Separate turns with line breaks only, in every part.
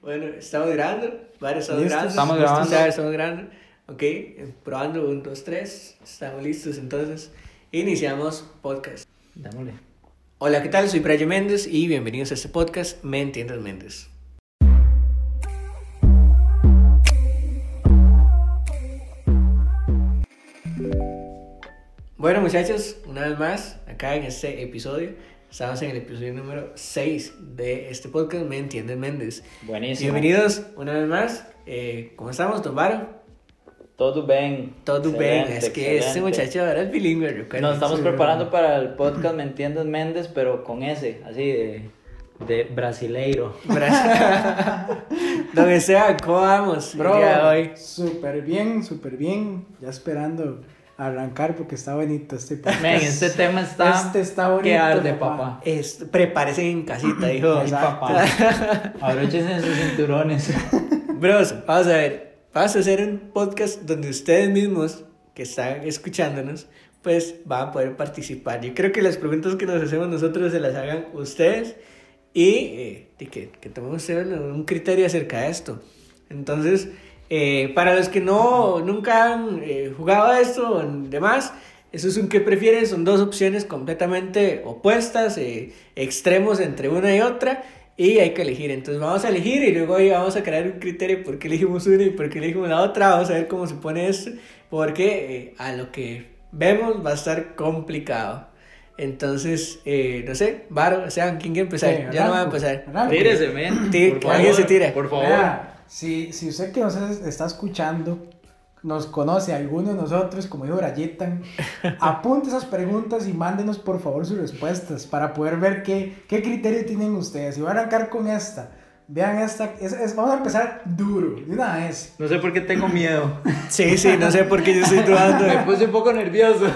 Bueno, estamos grabando. Vale, estamos
Listos.
grabando.
Estamos
Listos,
grabando.
ya estamos grabando. Ok, eh, probando 1, 2, 3. Estamos listos entonces. Iniciamos podcast.
Dámosle.
Hola, ¿qué tal? Soy Prayo Méndez y bienvenidos a este podcast Me Entiendes Méndez. Bueno muchachos, una vez más, acá en este episodio, estamos en el episodio número 6 de este podcast Me Entiendes Méndez.
Buenísimo.
Bienvenidos una vez más. Eh, ¿Cómo estamos, Don Varo?
Todo bien.
Todo bien.
Excelente,
Es que este
excelente.
muchacho ahora es bilingüe, recuerden.
Nos estamos
Sí,
preparando para el podcast Me Entiendes Méndez, pero con ese, así de, de brasileiro.
Bra- Don Esteban, ¿cómo vamos? el
Bro,
día de hoy?
súper bien, súper bien. Ya esperando arrancar porque está bonito este podcast.
Men, este tema está,
Este está bonito,
que arde,
papá.
papá.
Es- prepárense en casita, dijo.
Ay, papá. Abróchense sus cinturones.
Bros, vamos a ver. Vamos a hacer un podcast donde ustedes mismos que están escuchándonos, pues van a poder participar. Yo creo que las preguntas que nos hacemos nosotros se las hagan ustedes y, eh, y que, que tomen ustedes un- un criterio acerca de esto. Entonces, eh, para los que no nunca han eh, jugado a esto o en demás, eso es un que prefieres, son dos opciones completamente opuestas, eh, extremos entre una y otra, y hay que elegir. Entonces vamos a elegir y luego ahí vamos a crear un criterio por qué elegimos una y por qué elegimos la otra, vamos a ver cómo se pone esto, porque eh, a lo que vemos va a estar complicado. Entonces, eh, no sé, Varo, o sea, ¿quién quiere empezar?
Sí,
Yo no voy a
arranco,
empezar.
arranco.
Tírese, men.
Sí,
por
que
favor,
alguien se tire. Ah.
Por favor.
Vea, si, si usted que nos es- está escuchando nos conoce a alguno de nosotros, como dijo Rayitan, apunte esas preguntas y mándenos por favor sus respuestas para poder ver qué, qué criterio tienen ustedes. Y voy a arrancar con esta. Vean esta, es- es- vamos a empezar duro, de una vez.
No sé por qué tengo miedo.
Sí, sí, no sé por qué yo estoy dudando.
Me puse un poco nervioso.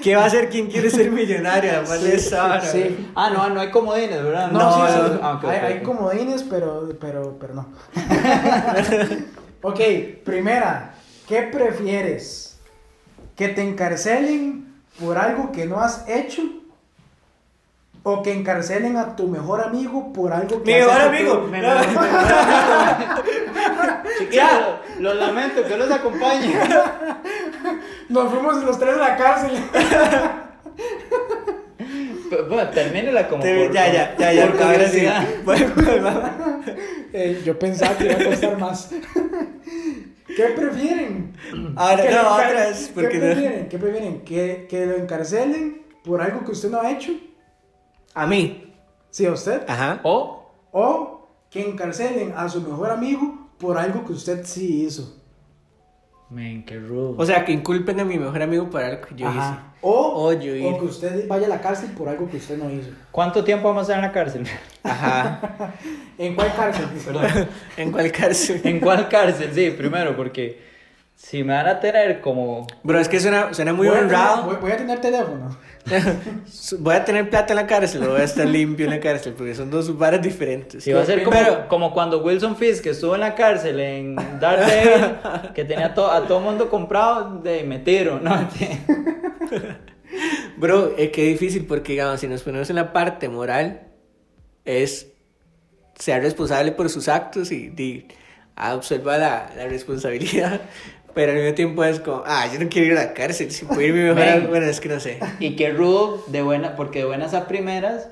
¿Qué va a ser quien quiere ser millonario? Además de esa vara, güey.
Sí.
Ah, no, no hay comodines, ¿verdad?
No,
eh. No,
sí, sí,
no,
Ah, ok,
hay,
ok,
hay
ok.
comodines, pero, pero, pero no. ok, primera, ¿qué prefieres? ¿Que te encarcelen por algo que no has hecho? ¿O que encarcelen a tu mejor amigo por algo que
Mi
has
mejor amigo.
hecho
Ah,
tú?
me-
No,
me-
Ya.
Chiquillo, lo lamento, que los acompañe.
Nos fuimos los tres a la cárcel.
Pero, Bueno, termínela como
te-
por-
ya, ya, ya, ya.
por
ahora sí.
curiosidad.
Bueno, pues, vamos.
Eh, yo pensaba que iba a costar más. ¿Qué prefieren?
Ahora,
Que
Ah, no,
lo encar-
otra vez, porque
¿Qué
no-
prefieren? ¿Qué prefieren? ¿Que, que lo encarcelen por algo que usted no ha hecho?
A mí.
Sí, a usted.
Ajá.
O
Oh. O que encarcelen a su mejor amigo por algo que usted sí hizo.
Men, qué rudo.
O sea, que inculpen a mi mejor amigo por algo que yo
Ajá.
hice.
O,
O
o,
yo hice.
que usted vaya a la cárcel por algo que usted no hizo.
¿Cuánto tiempo vamos a estar en la cárcel?
Ajá.
¿En cuál cárcel?
En cuál cárcel.
¿En cuál cárcel? Sí, primero, porque si me van a tener como.
Bro, es que suena, suena muy
voy, a tener,
honrado.
voy- voy a tener teléfono.
Voy a tener plata en la cárcel o voy a estar limpio en la cárcel porque son dos varas diferentes.
Si va a ser como,
Pero-
como cuando Wilson Fisk estuvo en la cárcel en Daredevil, que tenía to- a todo mundo comprado, de metieron, ¿no?
Bro, es que es difícil porque, digamos, si nos ponemos en la parte moral, es ser responsable por sus actos y, y absorba la, la responsabilidad. Pero al mismo tiempo es como, ah, yo no quiero ir a la cárcel, si puedo ir mi mejor.
Men.
am- Bueno, es que no sé.
Y qué rudo, de buena, porque de buenas a primeras,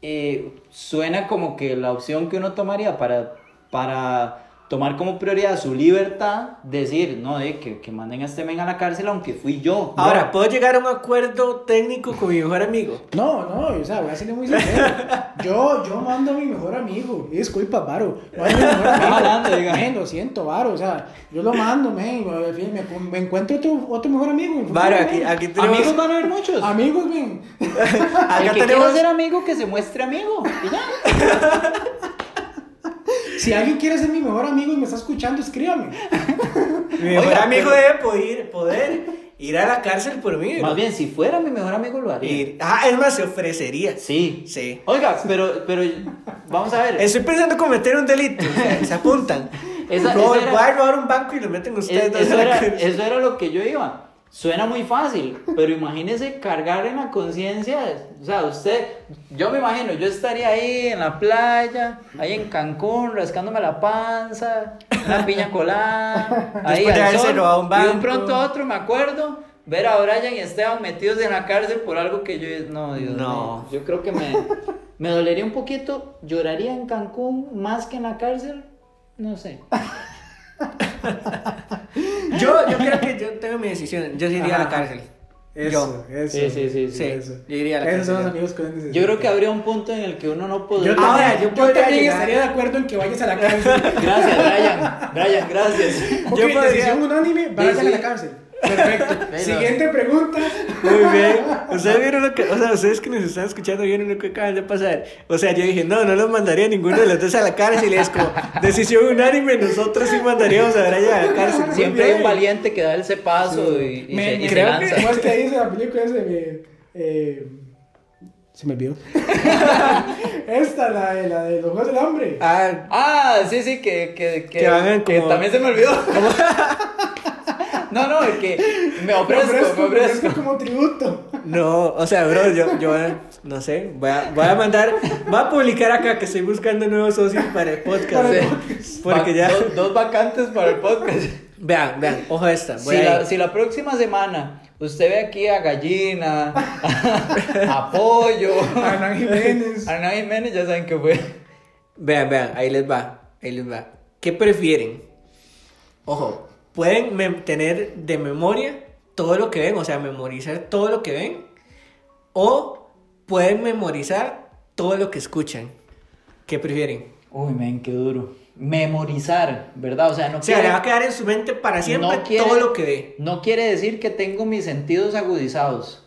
eh, suena como que la opción que uno tomaría para, para tomar como prioridad su libertad, decir, no, de que, que manden a este men a la cárcel, aunque fui yo. No.
Ahora, ¿puedo llegar a un acuerdo técnico con mi mejor amigo?
No, no, o sea, voy a serle muy sincero. Yo, yo mando a mi mejor amigo. Y Disculpa, Varo. No es mi mejor amigo.
hablando, diga.
Men, lo siento, Varo. O sea, yo lo mando, men. en fin, Me, me encuentro otro, otro mejor amigo. en el
Varo,
futuro,
aquí,
men.
aquí tenemos.
amigos van a haber muchos.
Amigos, men.
El
acá
que quiera
tenemos.
ser amigo, que se muestre amigo. y ya.
Si alguien quiere ser mi mejor amigo y me está escuchando, escríbame.
Mi mejor
Oiga,
amigo
pero-
debe poder, poder ir a la cárcel por mí. bro.
Más bien, si fuera mi mejor amigo, lo haría.
Ir- Ah, es más, se ofrecería.
Sí.
Sí.
Oiga, pero, pero vamos a ver.
Estoy pensando en cometer un delito. o sea, se apuntan.
Esa-
Robo-
esa era-
Voy a robar un banco y lo meten ustedes.
Es-
dos
eso,
a la
era,
cárcel.
eso era lo que yo iba. Suena muy fácil, pero imagínese cargar en la conciencia, o sea, usted, yo me imagino, yo estaría ahí en la playa, ahí en Cancún, rascándome la panza, una piña colada, ahí
Después de
al
haberse
sol,
robado un
y de
banco.
un pronto a otro, me acuerdo, ver a Brian y Esteban metidos en la cárcel por algo que yo, no, Dios
No.
mío, yo creo que me, me dolería un poquito, lloraría en Cancún más que en la cárcel, no sé.
Yo, yo creo que yo tengo mi decisión. Yo sí iría a la
Ajá.
cárcel.
Eso, eso.
Sí, sí, sí, sí.
Sí,
Eso.
yo iría a la
Esos son los
cárcel.
amigos que uno
Yo creo que habría un punto en el que uno no podría.
Yo también,
Ahora, yo
yo
podría
también
llegar-
estaría de acuerdo en que vayas a la cárcel.
Gracias, Brian. Brian, gracias.
Yo
ok,
podría-
decisión unánime, vayas
sí.
a la cárcel. Perfecto.
Sí, no.
Siguiente pregunta.
Muy bien. Ustedes vieron lo que, o sea, ustedes que nos están escuchando vieron lo que acaban de pasar. O sea, yo dije, no, no los mandaría a ninguno de los dos a la cárcel. Y es como, decisión unánime, nosotros sí mandaríamos a Brian a la cárcel. Muy
Siempre hay un
bien.
valiente que da el cepazo y, y
Me-
se, y se
creo
lanza.
¿Cómo es que este dice la película ese de, eh, se me olvidó. Esta, la de, la de los Juegos del Hambre.
Ah,
Ah, sí, sí, que, que, que,
Que hagan
que
como-
también se me olvidó. no, no, es que me ofrezco, me ofrezco.
como tributo.
no, o sea, bro, yo, yo no sé, voy a, voy a mandar, voy a publicar acá que estoy buscando nuevos socios para el podcast.
Para el
Sí.
podcast.
Porque
Va-
ya,
Dos, dos vacantes para el podcast.
vean, vean, ojo a esta. voy
Si
ahí.
la, si la próxima semana usted ve aquí a Gallina, a Pollo,
Hernán Jiménez.
a Hernán Jiménez, ya saben que fue.
Vean, vean, ahí les va, ahí les va. ¿Qué prefieren? Ojo, pueden mem- tener de memoria todo lo que ven, o sea, memorizar todo lo que ven, o pueden memorizar todo lo que escuchan. ¿Qué prefieren?
Uy, men, qué duro. Memorizar, ¿verdad? O sea, no
O sea, le
quiere-
va a quedar en su mente para siempre
no quiere-
todo lo que ve.
No quiere decir que tengo mis sentidos agudizados.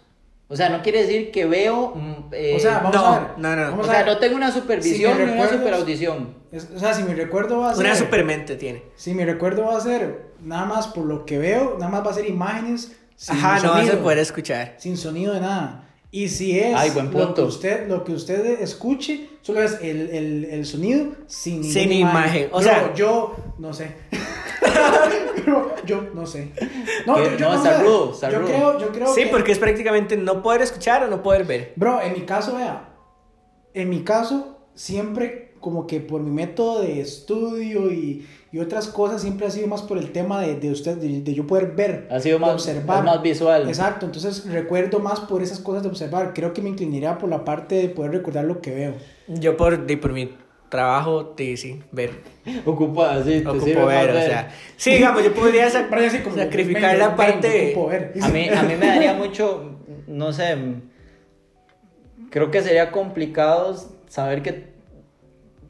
O sea, no quiere decir que veo. mm, eh,
O sea, vamos
no,
a ver.
no, no.
Vamos
o
a
sea,
ver.
no tengo una supervisión
si me
ni una
recuerdas-
superaudición.
Es- o sea, si mi recuerdo va a ser.
Una supermente tiene.
Si mi recuerdo va a ser nada más por lo que veo, nada más va a ser imágenes. Sin
Ajá, no vas
sonido,
a poder escuchar.
Sin sonido de nada. Y si es
Ay, buen
Lo, que
punto.
usted, lo que usted escuche, solo es el, el, el sonido sin, ninguna
Sin imagen, o
yo,
sea-
yo no sé. Pero yo no sé. No,
Que-
yo, yo
no,
sé.
está rudo, está
yo
rudo.
creo, yo creo
Sí,
que-
porque es prácticamente no poder escuchar o no poder ver.
Bro, en mi caso, vea, en mi caso, siempre como que por mi método de estudio y, y otras cosas, siempre ha sido más por el tema de, de usted, de, de yo poder ver,
Ha sido
de
más- es más visual.
Exacto, entonces recuerdo más por esas cosas de observar. Creo que me inclinaría por la parte de poder recordar lo que veo.
Yo por, de- por mi trabajo, sí, sí, ver.
Ocupa, sí, te sirve
Ocupo
más
ver, o
ver.
sea. Sí, digamos, yo podría sac-
Pero así como,
sacrificar
venga,
la parte.
venga, ocupo ver.
A mí, a mí me daría mucho, no sé, creo que sería complicado saber que,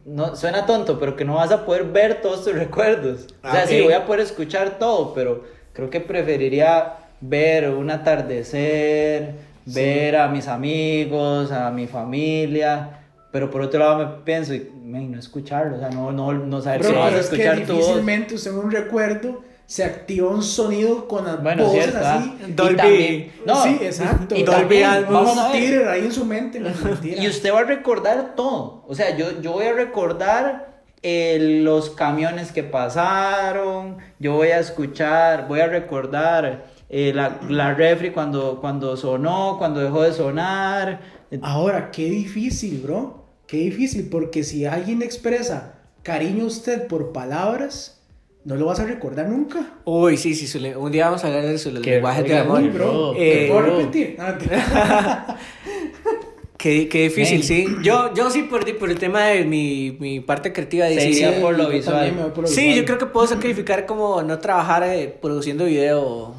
no, suena tonto, pero que no vas a poder ver todos tus recuerdos. O sea,
Ah,
sí,
ok.
voy a poder escuchar todo, pero creo que preferiría ver un atardecer, ver a mis amigos, a mi familia. Pero por otro lado me pienso, y, "Men, no escucharlo, o sea, no, no, no saber
Bro,
si vas a
pero es que
escuchar tu voz.
difícilmente usted en un recuerdo se activa un sonido con las
Bueno,
voces
cierto,
así.
ah.
Dolby.
Y también- no,
sí, exacto.
y
Dolby
también,
Atmos.
vamos a
un
ver,
títer ahí en su mente. no, mentira.
Y usted va a recordar todo. O sea, yo, yo voy a recordar eh, los camiones que pasaron. Yo voy a escuchar, voy a recordar eh, la, la refri cuando, cuando sonó, cuando dejó de sonar.
Ahora, qué difícil, bro. Qué difícil, porque si alguien le expresa cariño a usted por palabras, no lo vas a recordar nunca.
Uy, sí, sí, su le- un día vamos a hablar de su
Ah, Qué
lenguaje de
oiga,
amor.
uy,
Uy, bro,
Eh,
¿te puedo
bro.
repetir? No, mentira.
Qué, qué difícil,
Men.
sí. Yo, yo sí, por, por el tema de mi, mi parte creativa, de
Sería
sí,
por lo
Yo
visual.
también me voy por lo
Sí,
visual.
yo creo que puedo sacrificar como no trabajar eh, produciendo video.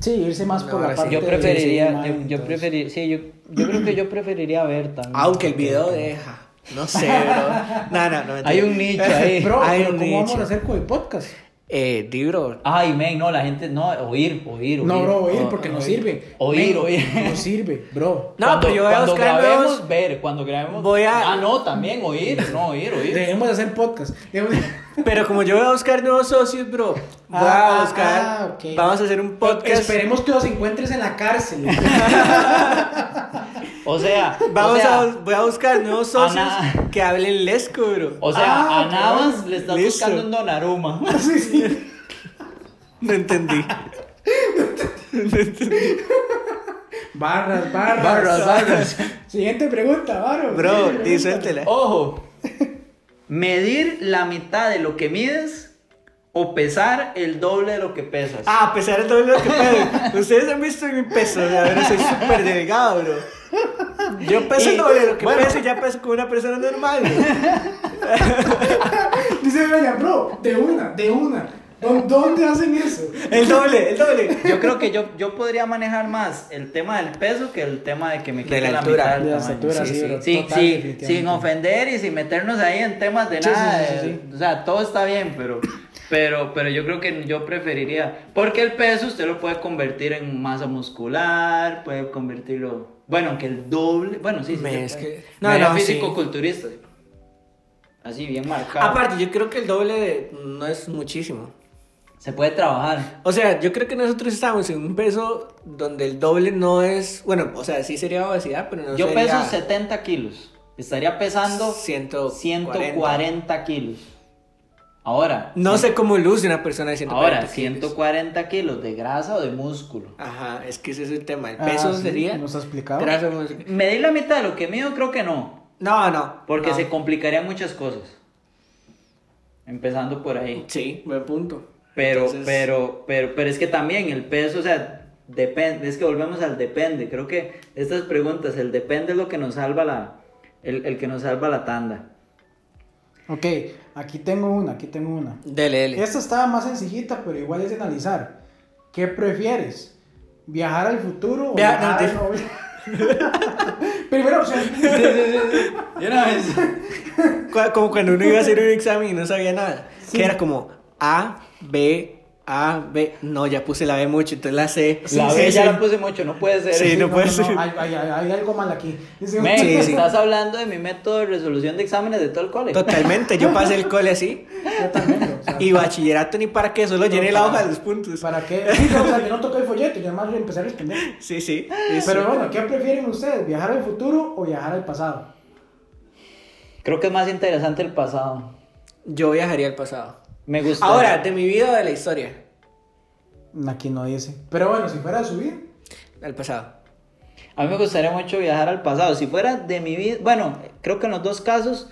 Sí, irse más por
Ahora
la
sí.
parte
Yo
de-
preferiría,
sí, imagen,
yo, yo
entonces.
preferiría, sí, yo, yo creo que yo preferiría ver también.
Aunque el video deja. No sé, bro. No, no, no. mentira.
Hay un nicho ahí.
Bro,
Hay
pero
un
¿cómo vamos
nicho.
a hacer con el podcast?
Eh, libro.
Ay, men, no, la gente, no, oír, oír, oír.
No, bro, oír,
o-
porque no
oír.
sirve.
Oír,
Men,
oír.
No sirve, bro.
No,
Cuando-
pero yo voy a
cuando
buscar
grabemos,
nuevos.
ver, cuando grabemos.
Voy a-
Ah, no, también oír, no, oír, oír.
Debemos hacer podcast. Debemos-
Pero como yo voy a buscar nuevos socios, bro, voy
Ah,
a
ah,
buscar.
ah, ok.
Vamos a hacer
Eh,
un podcast.
Esperemos que los encuentres en la cárcel.
O sea,
Vamos
o sea,
a, bus- voy a buscar nuevos socios
Ana.
que hablen lesco, bro.
o sea,
Ah,
a Navas le estás
Listo.
buscando un Donaruma.
sí, sí.
No entendí.
Barras, barras.
Barras, barras.
Siguiente pregunta, Baro.
Bro,
Siguiente
di,
pregunta.
suéltela.
Ojo, medir la mitad de lo que mides o pesar el doble de lo que pesas.
Ah, a pesar de todo lo que pedo. Ustedes han visto mi peso, la verdad, soy súper delgado, bro. Yo peso
Y-
doble de lo que
bueno.
peso y ya peso como una persona normal. bro.
Dice Brian, bro, de una, de una. ¿Dó- ¿Dónde hacen eso?
El doble, el doble.
Yo creo que yo, yo podría manejar más el tema del peso que el tema de que me
De
quite
la
la,
altura,
mitad del
de la
tamaño.
estatura,
sí,
sí,
sí,
bro,
sí,
total,
sí,
definitivamente.
sin ofender y sin meternos ahí en temas de
Sí, sí,
nada.
sí, sí,
de-
sí.
O sea, todo está bien, pero, pero, pero yo creo que yo preferiría. Porque el peso usted lo puede convertir en masa muscular, puede convertirlo. Bueno, que el doble. Bueno, sí, sí.
Me-
se
es
puede.
que- no,
Me era
no, sí.
físico-culturista. Así, bien marcado.
Aparte, yo creo que el doble de- no es muchísimo.
Se puede trabajar.
O sea, yo creo que nosotros estamos en un peso donde el doble no es. Bueno, o sea, sí sería obesidad, pero no
Yo
sería.
peso 70 kilos. Estaría pesando
140.
140 kilos. Ahora.
No sé cómo luce una persona de 140
Ahora,
kilos.
140 kilos de grasa o de músculo.
pues. Ajá, es que ese es el tema. El
Ah,
peso
sí,
sería.
¿Nos ha explicado?
grasa, músculo.
Medir la mitad de lo que mido creo que no.
No, no.
Porque
no.
se complicarían muchas cosas. Empezando por ahí.
Sí, buen punto.
Pero,
Entonces-
pero, pero, pero es que también el peso, o sea, depende, es que volvemos al depende. Creo que estas preguntas, el depende es lo que nos salva la, el, el que nos salva la tanda.
Ok, aquí tengo una, aquí tengo una.
Dele, dele.
Esta estaba más sencillita, pero igual es de analizar. ¿Qué prefieres? ¿Viajar al futuro o
Vea-
viajar
no,
al Primera opción.
Cu- Como cuando uno iba a hacer un examen y no sabía nada. Que era como A, B, A, B. No, ya puse la B mucho, entonces la C.
la
sí,
B
sí,
ya
sí.
la puse mucho, no puede ser.
Sí, no puede ser.
Hay, hay- hay algo mal aquí. Dice-
Men,
Sí, sí.
estás hablando de mi método de resolución de exámenes de todo el cole.
Totalmente, yo pasé el cole así.
Yo también, o sea,
Y bachillerato ni para qué, solo
No,
llené la
para-
hoja de los puntos.
¿Para qué? Sí, o sea, yo no toqué el folleto, yo nada más empecé a responder.
Sí, sí.
Pero bueno, ¿qué prefieren ustedes? ¿Viajar al futuro o viajar al pasado?
Creo que es más interesante el pasado.
Yo viajaría al pasado.
Me gusta.
Ahora, de mi vida o de la historia.
Aquí no dice. Pero bueno, si fuera a subir,
Al pasado.
A mí me gustaría mucho viajar al pasado. Si fuera de mi vida, bueno, creo que en los dos casos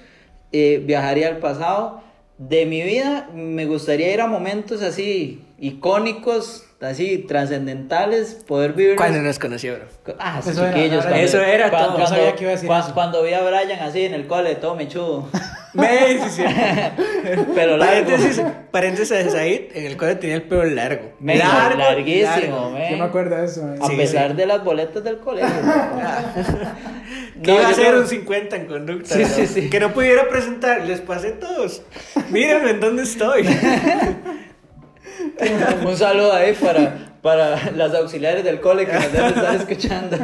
eh, viajaría al pasado. De mi vida me gustaría ir a momentos así icónicos, así trascendentales, poder vivir.
Cuando nos conocieron.
Ah,
Eso
sí,
era,
chiquillos,
ahora-
cuando-
eso era
cuando-
todo, no sabía que iba a decir
cuando-
eso.
cuando vi a Brian así en el cole, todo mechudo.
¿Ves? Sí, sí.
Pero largo.
Paréntesis, paréntesis ahí, en el cole tenía el pelo largo.
Men, larguísimo,
largo.
men.
yo me acuerdo de eso. eh.
A
Sí,
pesar
sí.
de las boletas del colegio.
Que
No,
iba a
yo
ser
creo-
un 50 en conducta.
Sí,
¿no?
sí, sí.
Que no pudiera presentar. Les pasé todos. Mírenme en dónde estoy.
un saludo ahí para, para las auxiliares del cole que nos deben estar escuchando.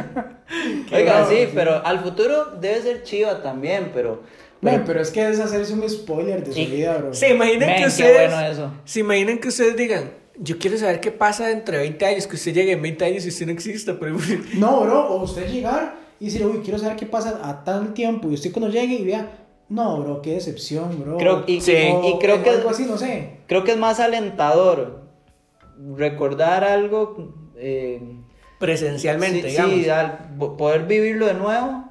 Oiga,
bravo,
sí,
sí.
pero al futuro debe ser chiva también, pero.
Men, pero es que es hacerse un spoiler de su
Y-
vida, bro.
Se imaginan
Men,
que
qué
ustedes.
bueno eso.
Se imaginan que ustedes digan. Yo quiero saber qué pasa dentro de 20 años, que usted llegue en 20 años y usted no exista. Pero...
No, bro, o usted llegar y decir, uy, quiero saber qué pasa a tal tiempo. Y usted cuando llegue y vea, no, bro, qué decepción, bro.
Creo- y-
Sí.
O-
y creo
o
que-
Algo así, no sé.
Creo que es más alentador recordar algo. eh,
Presencialmente,
sí,
digamos.
sí, al po- poder vivirlo de nuevo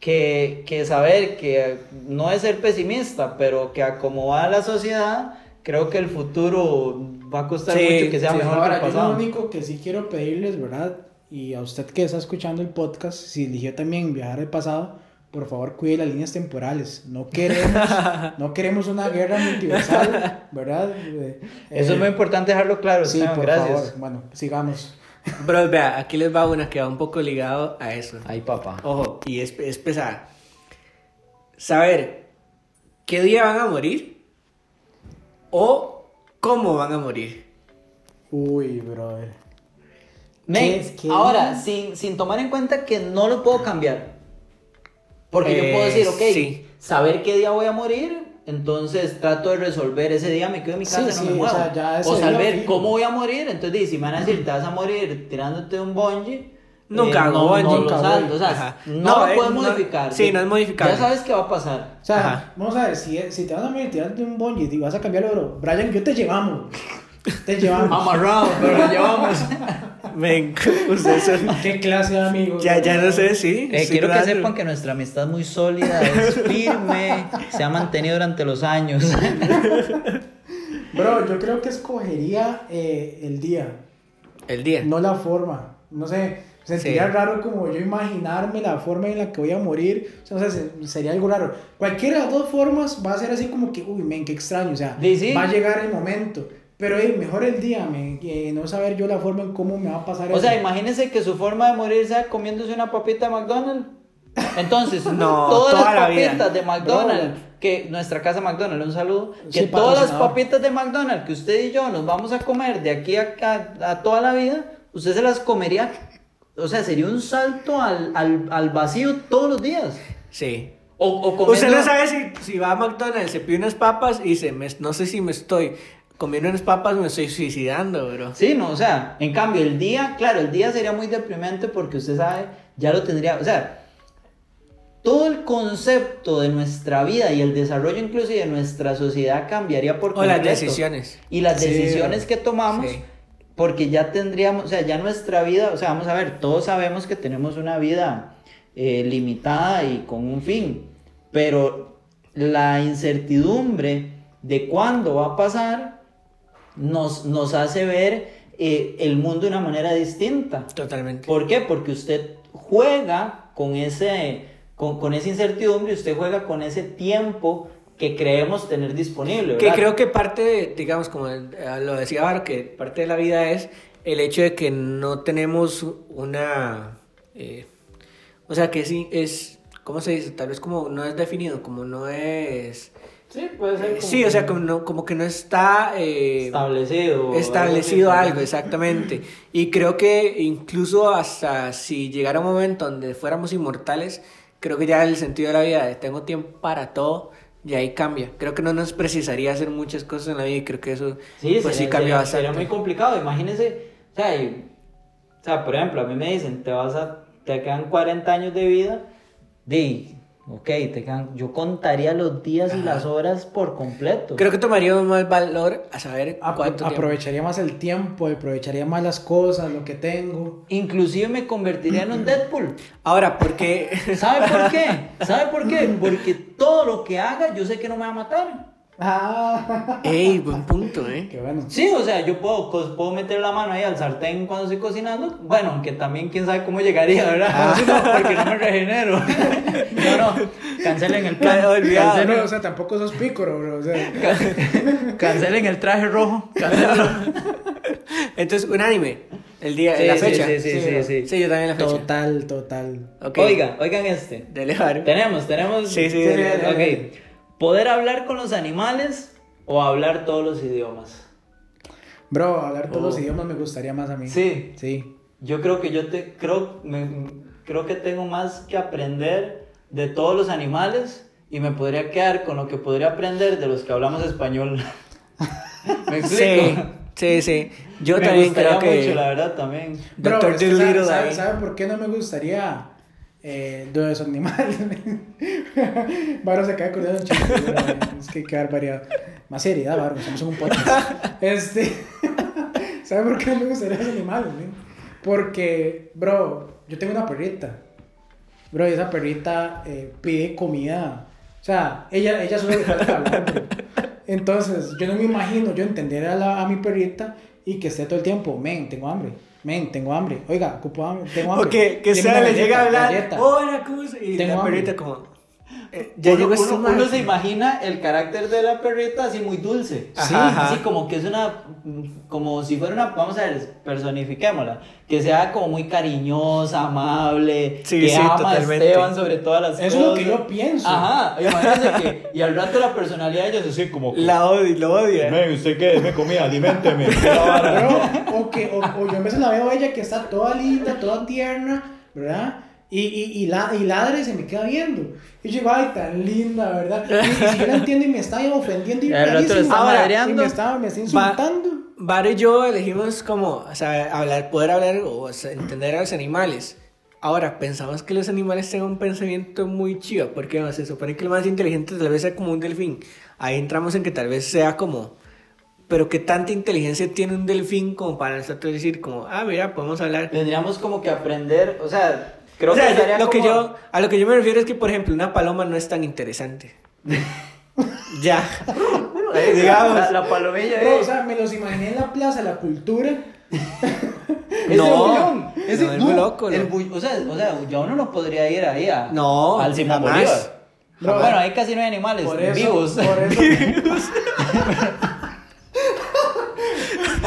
que, que saber que no es ser pesimista, pero que a como va la sociedad, creo que el futuro va a costar
Sí,
mucho que sea
Sí,
mejor que
ahora,
el
yo lo
pasado.
único que sí quiero pedirles, ¿verdad? Y a usted que está escuchando el podcast, si eligió también viajar al pasado, por favor cuide las líneas temporales. No queremos, no queremos una guerra multiversal, ¿verdad? Eh,
Eso
eh,
es muy importante dejarlo claro,
Sí,
Esteban,
por
gracias.
favor. Bueno, sigamos.
Bro, vea, aquí les va una que va un poco ligado a eso.
Ay, papá.
Ojo, y es, es pesada. Saber qué día van a morir o cómo van a morir.
Uy, brother.
Men,
¿Qué- qué?
Ahora, sin, sin tomar en cuenta que no lo puedo cambiar. Porque yo
Eh,
puedo decir, ok,
sí.
saber qué día voy a morir, entonces trato de resolver ese día, me quedo en mi casa,
Sí,
no
sí,
me
o
muevo. O,
sea, ya ese día
saber
fijo.
cómo voy a morir, entonces di, si me van a decir, te vas a morir tirándote un bungee. Eh,
Nunca hago
no,
bungee,
no lo
nunca voy.
salto, o sea,
Ajá.
no,
No,
lo
eh,
puedes
no-
modificar.
sí, no es modificable.
Ya sabes qué va a pasar.
O sea,
Ajá.
vamos a ver, si, si te vas a meter tirando un bungee y vas a cambiarlo, bro, Brian, yo te llevamos. Te
Ah,
llevamos.
Amarrado, pero lo llevamos.
Men, ustedes son-
¿Qué clase de amigos?
Ya, ya no sé, sí.
Eh,
sí,
quiero que
claro.
sepan que nuestra amistad es muy sólida, es firme, se ha mantenido durante los años.
Bro, yo creo que escogería eh, el día,
El día.
no la forma. No sé, sentiría
Sí.
raro como yo imaginarme la forma en la que voy a morir. O sea, no sé, se- sería algo raro. Cualquiera de las dos formas va a ser así como que, uy, men, qué extraño. O sea,
Sí, sí.
va a llegar el momento. Pero hey, mejor el día, men, que no saber yo la forma en cómo me va a pasar
O sea,
eso.
imagínense que su forma de morir sea comiéndose una papita de McDonald's. Entonces,
No,
todas
toda
las
la vida.
papitas de McDonald's, que nuestra casa McDonald's, un saludo, que
Sí,
todas las
patrocinador.
papitas de McDonald's que usted y yo nos vamos a comer de aquí a, a- a toda la vida, usted se las comería, o sea, sería un salto al, al- al vacío todos los días.
Sí.
O, o comiendo-
Usted no sabe si, si va a McDonald's, se pide unas papas y dice, "Me- no sé si me estoy comiendo unas papas, me estoy suicidando, bro.
Sí, no, o sea, en cambio, el día, claro, el día sería muy deprimente porque usted sabe, ya lo tendría, o sea, todo el concepto de nuestra vida y el desarrollo inclusive de nuestra sociedad cambiaría por
O las
completo.
decisiones.
Y las
Sí.
decisiones que tomamos,
Sí.
porque ya tendríamos, o sea, ya nuestra vida, o sea, vamos a ver, todos sabemos que tenemos una vida eh, limitada y con un fin, pero la incertidumbre de cuándo va a pasar nos, nos hace ver eh, el mundo de una manera distinta.
Totalmente.
¿Por qué? Porque usted juega con, ese, con, con esa incertidumbre, usted juega con ese tiempo que creemos tener disponible.
Que
¿verdad?
creo que parte, de, digamos, como eh, lo decía Varo, que parte de la vida es el hecho de que no tenemos una... eh, o sea, que sí es... ¿Cómo se dice? Tal vez como no es definido, como no es...
sí, puede ser
eh,
como
sí, o sea, como, no- como que no está... eh,
establecido.
establecido
algo así.
algo, exactamente. Y creo que incluso hasta si llegara un momento donde fuéramos inmortales, creo que ya el sentido de la vida de tengo tiempo para todo, ya ahí cambia. Creo que no nos precisaría hacer muchas cosas en la vida y creo que eso
Sí,
pues sí cambia
sería, sería-
bastante.
sería muy complicado, imagínense. O sea, y- o sea, por ejemplo, a mí me dicen, te vas a, te quedan 40 años de vida, di, ok, te quedan, yo contaría los días y las horas por completo.
Creo que tomaríamos más valor a saber
Ah,
Apro-
cuánto tiempo.
aprovecharía más el tiempo, aprovecharía más las cosas, lo que tengo.
Inclusive me convertiría en un Deadpool.
Ahora, porque
¿Sabe por qué? ¿Sabe por qué? Porque todo lo que haga yo sé que no me va a matar.
Ah,
ey, buen punto, eh.
qué bueno.
Sí, o sea, yo puedo, cos- puedo meter la mano ahí al sartén cuando estoy cocinando. Bueno, aunque también quién sabe cómo llegaría, ¿verdad? Sí, no, porque no me regenero. No, no, cancelen el plan.
Ya, olvidado.
O sea, no,
Cancelen,
o sea, tampoco sos pícoro, bro. O sea,
cancelen el traje rojo. Cancelen.
Entonces, unánime, el día, la fecha.
Sí, sí, sí. sí,
Sí, yo también la fecha.
total, total.
Ok.
Oiga, oigan este.
Dele, Varo.
Tenemos, tenemos.
Sí, sí, dale,
dale, dale.
Ok. ¿Poder hablar con los animales o hablar todos los idiomas?
Bro, hablar todos
Oh.
los idiomas me gustaría más a mí.
Sí.
Sí.
Yo creo que yo te creo, me- creo que tengo más que aprender de todos los animales y me podría quedar con lo que podría aprender de los que hablamos español. ¿Me
Sí,
explico?
sí, sí. Yo
Me
también
gustaría
creo que.
mucho, la verdad, también.
Bro,
Doctor
es que
Dolittle
¿sabe, sabe-
ahí.
sabe por qué no me gustaría eh, de esos animales? Varo se cae acordando de un chiste. bro. Es que hay que dar variedad. Más seriedad, Varo. Estamos en un podcast. Este. ¿Sabe por qué no me gustaría esos animales, men? Porque, bro, yo tengo una perrita. Bro, y esa perrita eh, pide comida. O sea, ella, ella solo le falta hablar. bro. Entonces, yo no me imagino yo entender a, la- a mi perrita y que esté todo el tiempo, men, tengo hambre, men, tengo hambre, oiga, ocupo hambre, tengo hambre.
O que, que
Deme
sea,
una
le
galleta,
llega a hablar, "Oh,
galleta".
hola, ¿cómo se-?" Y
Tengo
la
hambre.
perrita como, "Eh, ya llegó
uno,
este
uno-
man".
uno se imagina el carácter de la perrita así muy dulce.
Ajá,
sí,
ajá.
así como que es una. Como si fuera una. Vamos a ver, personifiquémosla. Que sea como muy cariñosa, amable.
Sí,
que
sí,
ama
totalmente.
a Esteban sobre todas las
Eso es
cosas.
lo que yo pienso.
Ajá, imagínense que. Y al rato la personalidad de ellos es así como.
La odio, lo odia.
Men, ¿usted qué? Deme comida, aliménteme.
Bro, o, que, o, o yo a veces la veo a ella que está toda linda, toda tierna, ¿verdad? Y, y, y, la, y ladra y se me queda viendo. Y yo digo, ay, tan linda, ¿verdad? Y ni siquiera entiendo y me está ofendiendo y,
Y al rato le
rarísimo.
está
Ahora,
madreando.
Y me está, me está
Va-
insultando.
Varo y yo elegimos como, o sea, hablar, poder hablar o sea, entender a los animales. Ahora, pensamos que los animales tengan un pensamiento muy chido, porque o sea, se supone que el más inteligente tal vez sea como un delfín. Ahí entramos en que tal vez sea como, pero qué tanta inteligencia tiene un delfín como para nosotros decir, como, ah, mira, podemos hablar.
Tendríamos como que aprender, o sea, creo
O sea,
que estaría
lo que
como-
yo, a lo que yo me refiero es que, por ejemplo, una paloma no es tan interesante. ya.
Eh,
digamos.
La, la palomilla
Bro,
eh.
o sea, me los imaginé en la plaza, la cultura.
Ese
No,
bullón, ese-
no, es muy loco,
el
¿no?
bull- o, sea, o sea, ya uno no podría ir ahí a,
No,
al Simón
jamás. eh.
Bolívar.
Jamás.
Bueno, ahí casi no hay animales
Por eso.
vivos.
Por eso.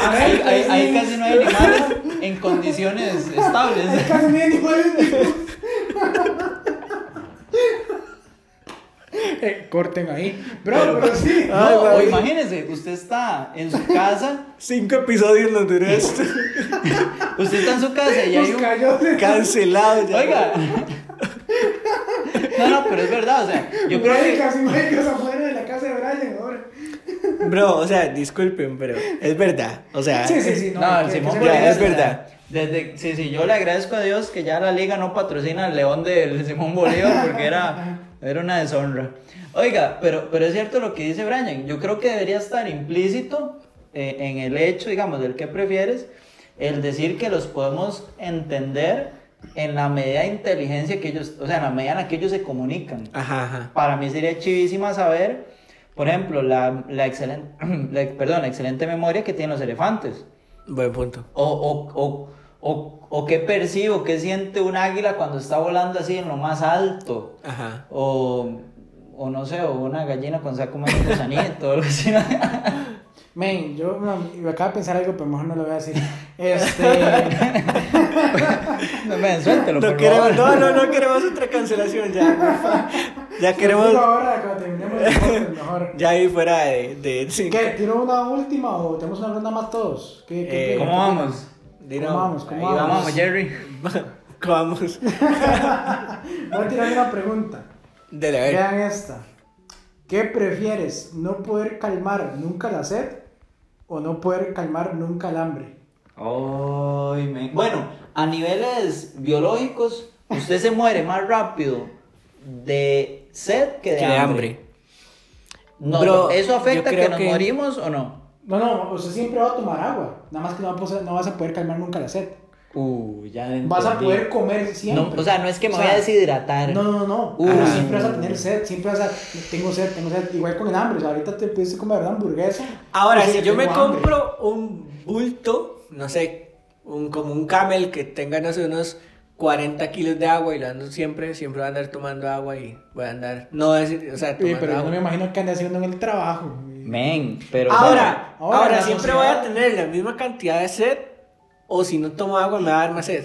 A ver,
Ahí, ahí-
pues,
ahí
sí.
casi no hay animales en condiciones
Ahí
estables.
casi no hay animales vivos. Eh, corten ahí. Bro, pero, sí.
No,
Ay,
o
madre.
imagínese, usted está en su casa,
Cinco episodios nos duró esto.
usted está en su casa y hay
Nos
un...
cayó de-
Cancelado ya.
Oiga. No, no, pero es verdad, o sea, yo creo que...
Maricas y maricas afuera de la casa de Brian ahora.
Bro, o sea, disculpen, pero es verdad. O sea,
Sí, sí, sí.
No,
No, hay
el
que-
Simón
que se
Ya,
Bolívar.
es verdad.
Desde, sí, sí, yo le agradezco a Dios que ya la liga no patrocina al león del Simón Bolívar porque era, era una deshonra. Oiga, pero, pero es cierto lo que dice Brian. Yo creo que debería estar implícito eh, en el hecho, digamos, del que prefieres, el decir que los podemos entender en la medida de inteligencia que ellos, o sea, en la medida en la que ellos se comunican.
Ajá, ajá.
Para mí sería chivísima saber, por ejemplo, la, la, excelente, la- perdón, la excelente memoria que tienen los elefantes.
Buen punto.
O, o, o, o, o qué percibo, qué siente un águila cuando está volando así en lo más alto.
Ajá.
O, o no sé, o una gallina cuando está comiendo un gusanito o algo así. ¿no?
Men, yo no, me acabo de pensar algo, pero mejor no lo voy a decir. Este.
No, men, suéltelo,
No,
por
queremos, no,
favor.
no, no queremos otra cancelación ya. porfa. Ya
Digo
queremos.
Ahora, cuando terminemos el podcast, mejor.
Ya ahí fuera de. de sí.
¿Qué? ¿Tiro una última o tenemos una ronda más todos? ¿Qué,
Eh,
qué, qué?
¿Cómo vamos?
Dino,
¿Cómo vamos? ¿Cómo
ahí
¿Cómo
vamos?
vamos, Jerry?
Vamos.
Voy a tirar una pregunta.
De la ver.
Vean esta. ¿Qué prefieres? ¿No poder calmar nunca la sed o no poder calmar nunca el hambre?
Ay, men. Bueno, a niveles biológicos, usted se muere más rápido de sed que de
Qué
hambre.
hambre.
No,
Bro,
¿Eso afecta
yo
que
creo
nos
que-
morimos o no?
No, no, usted siempre va a tomar agua. Nada más que no, va a poder- no vas a poder calmar nunca la sed.
Uh, ya
Vas a
entendí.
poder comer
No,
siempre.
o sea, no es que me
O sea,
voy a deshidratar.
No, no, no, no.
Uh.
Pero siempre vas a tener sed, siempre vas a. Tengo sed, tengo sed. Igual con el hambre. O sea, ahorita te pudiste comer una hamburguesa.
Ahora,
Pues,
si yo me
tengo hambre.
compro un bulto, no sé, un, como un camel que tenga, no sé, unos 40 kilos de agua y lo ando siempre, siempre voy a andar tomando agua y voy a andar, no es, o sea,
Sí,
tomando
pero yo no
agua.
me imagino que ande haciendo en el trabajo. güey.
Men, pero.
Ahora,
ahora,
ahora,
la
siempre
sociedad-
voy a tener la misma cantidad de sed o si no tomo agua me va a dar más sed.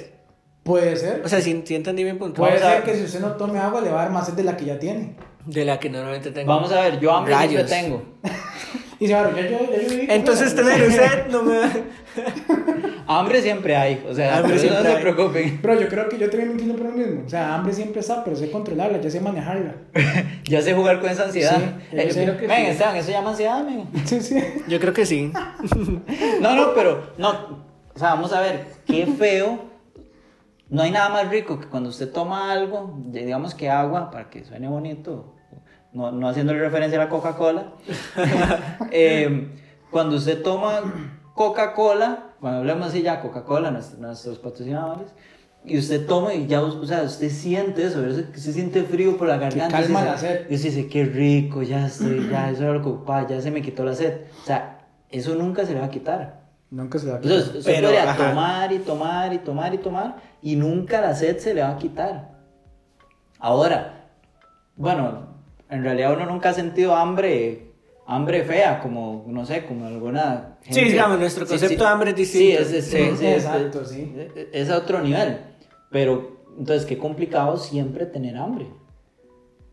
Puede ser.
O sea, si, si entendí mi punto.
Puede
Vamos a-
ser que si usted no tome agua le va a dar más sed de la que ya tiene.
De la que normalmente tengo.
Vamos a ver, yo hambre siempre
Rayos.
tengo.
Y dice, bueno, yo, yo, yo, yo viví con
Entonces
la-
tener sed no me va...
Hambre siempre hay, o sea,
Hambre
pero no
siempre
se
hay.
preocupen.
Pero yo creo que yo también me entiendo por lo mismo. O sea, hambre siempre está, pero sé controlarla, yo sé manejarla.
Ya sé jugar con esa ansiedad.
Sí, yo
Eh,
creo que
men,
sí.
Esteban, eso llama ansiedad, men.
Sí, sí.
Yo creo que sí.
No, no, pero, no. O sea, vamos a ver, qué feo. No hay nada más rico que cuando usted toma algo, de- digamos que agua, para que suene bonito, no, no haciéndole referencia a la Coca-Cola. Eh, cuando usted toma Coca-Cola, cuando hablemos así ya, Coca-Cola, nuestros, nuestros patrocinadores, y usted toma y ya, o sea, usted siente eso, ¿verdad? Se siente frío por la garganta.
calma
usted
la
dice,
sed.
Y usted dice, qué rico, ya estoy, ya, eso era lo que ocupaba, ya se me quitó la sed. O sea, eso nunca se le va a quitar.
Nunca se la
Entonces, usted
Pero,
podría
ajá.
tomar y tomar y tomar y tomar y nunca la sed se le va a quitar. Ahora, bueno, en realidad uno nunca ha sentido hambre, hambre fea, como, no sé, como alguna...
Sí, digamos, nuestro concepto de hambre es distinto.
Sí, es, es- sí,
Ujú,
sí, es-
exacto, sí.
e, es a otro nivel. Pero, entonces, qué complicado siempre tener hambre.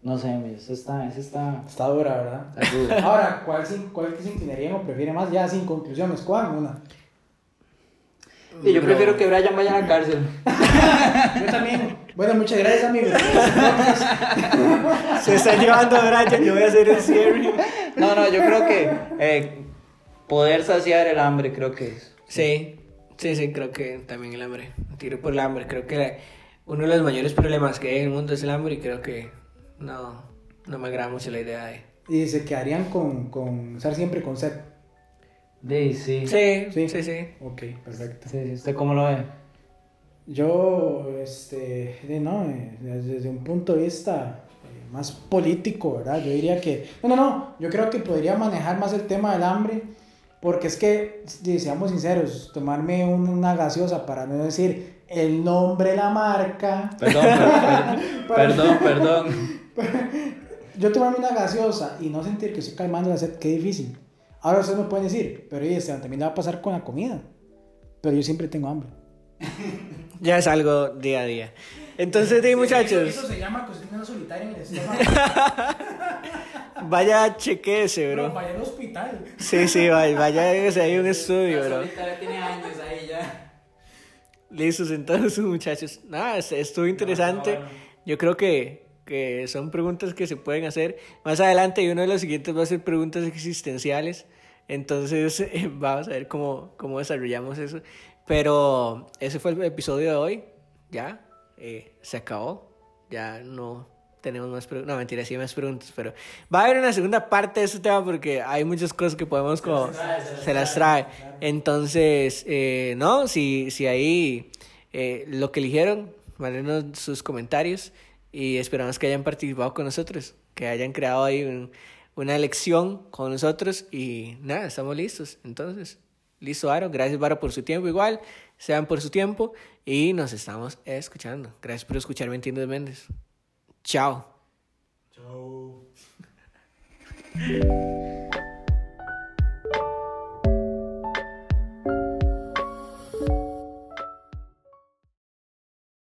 No sé, eso está, eso está...
Está dura, ¿verdad?
está rudo.
Ahora, ¿cuál, se- cuál que se inclinarían o prefiere más? Ya sin conclusiones, ¿cuál? Una.
Y yo prefiero que Brian vaya a la cárcel.
Yo también. Bueno, muchas gracias, amigos.
Se está llevando a Brian, yo voy a hacer el cierre.
No, no, yo creo que eh, poder saciar el hambre, creo que es.
Sí, sí, sí, creo que también el hambre. Tiro por el hambre. Creo que la- uno de los mayores problemas que hay en el mundo es el hambre y creo que no, no me agrada mucho la idea de...
Y se quedarían con, con estar siempre con sed.
De, sí. Sí,
Sí, sí, sí. sí.
Ok, perfecto.
sí, ¿Usted cómo lo ve?
Yo, este, de, no, eh, desde un punto de vista eh, más político, ¿verdad? Yo diría que, no, no, no, yo creo que podría manejar más el tema del hambre, porque es que, si- seamos sinceros, tomarme un- una gaseosa para no decir el nombre, la marca,
Perdón, per- per- perdón, perdón.
yo tomarme una gaseosa y no sentir que estoy calmando la sed, qué difícil. Ahora ustedes me pueden decir, pero oye, Esteban, también le va a pasar con la comida, pero yo siempre tengo hambre.
Ya es algo día a día. Entonces, sí, muchachos,
se llama cocina solitaria en el estómago.
vaya chequeese, bro.
vaya al hospital.
Sí, sí, vaya, vaya, hágase ahí un estudio, bro.
tiene años ahí ya.
Listos entonces, muchachos. Nada, es- estuvo interesante.
bueno.
Yo creo que, que son preguntas que se pueden hacer. Más adelante, y uno de los siguientes va a ser preguntas existenciales. Entonces, eh, vamos a ver cómo, cómo desarrollamos eso. Pero ese fue el episodio de hoy. Ya, eh, se acabó. Ya no tenemos más preguntas. No, mentira, sí hay más preguntas. Pero va a haber una segunda parte de este tema porque hay muchas cosas que podemos como... Se las trae. Entonces, eh, no, si, si ahí eh, lo que eligieron, mándenos sus comentarios y esperamos que hayan participado con nosotros, que hayan creado ahí un- una elección con nosotros y nada, estamos listos. Entonces, listo, Varo. Gracias, Varo, por su tiempo igual. Sean por su tiempo y nos estamos escuchando. Gracias por escucharme, Entiendes Méndez. Chao.
Chao.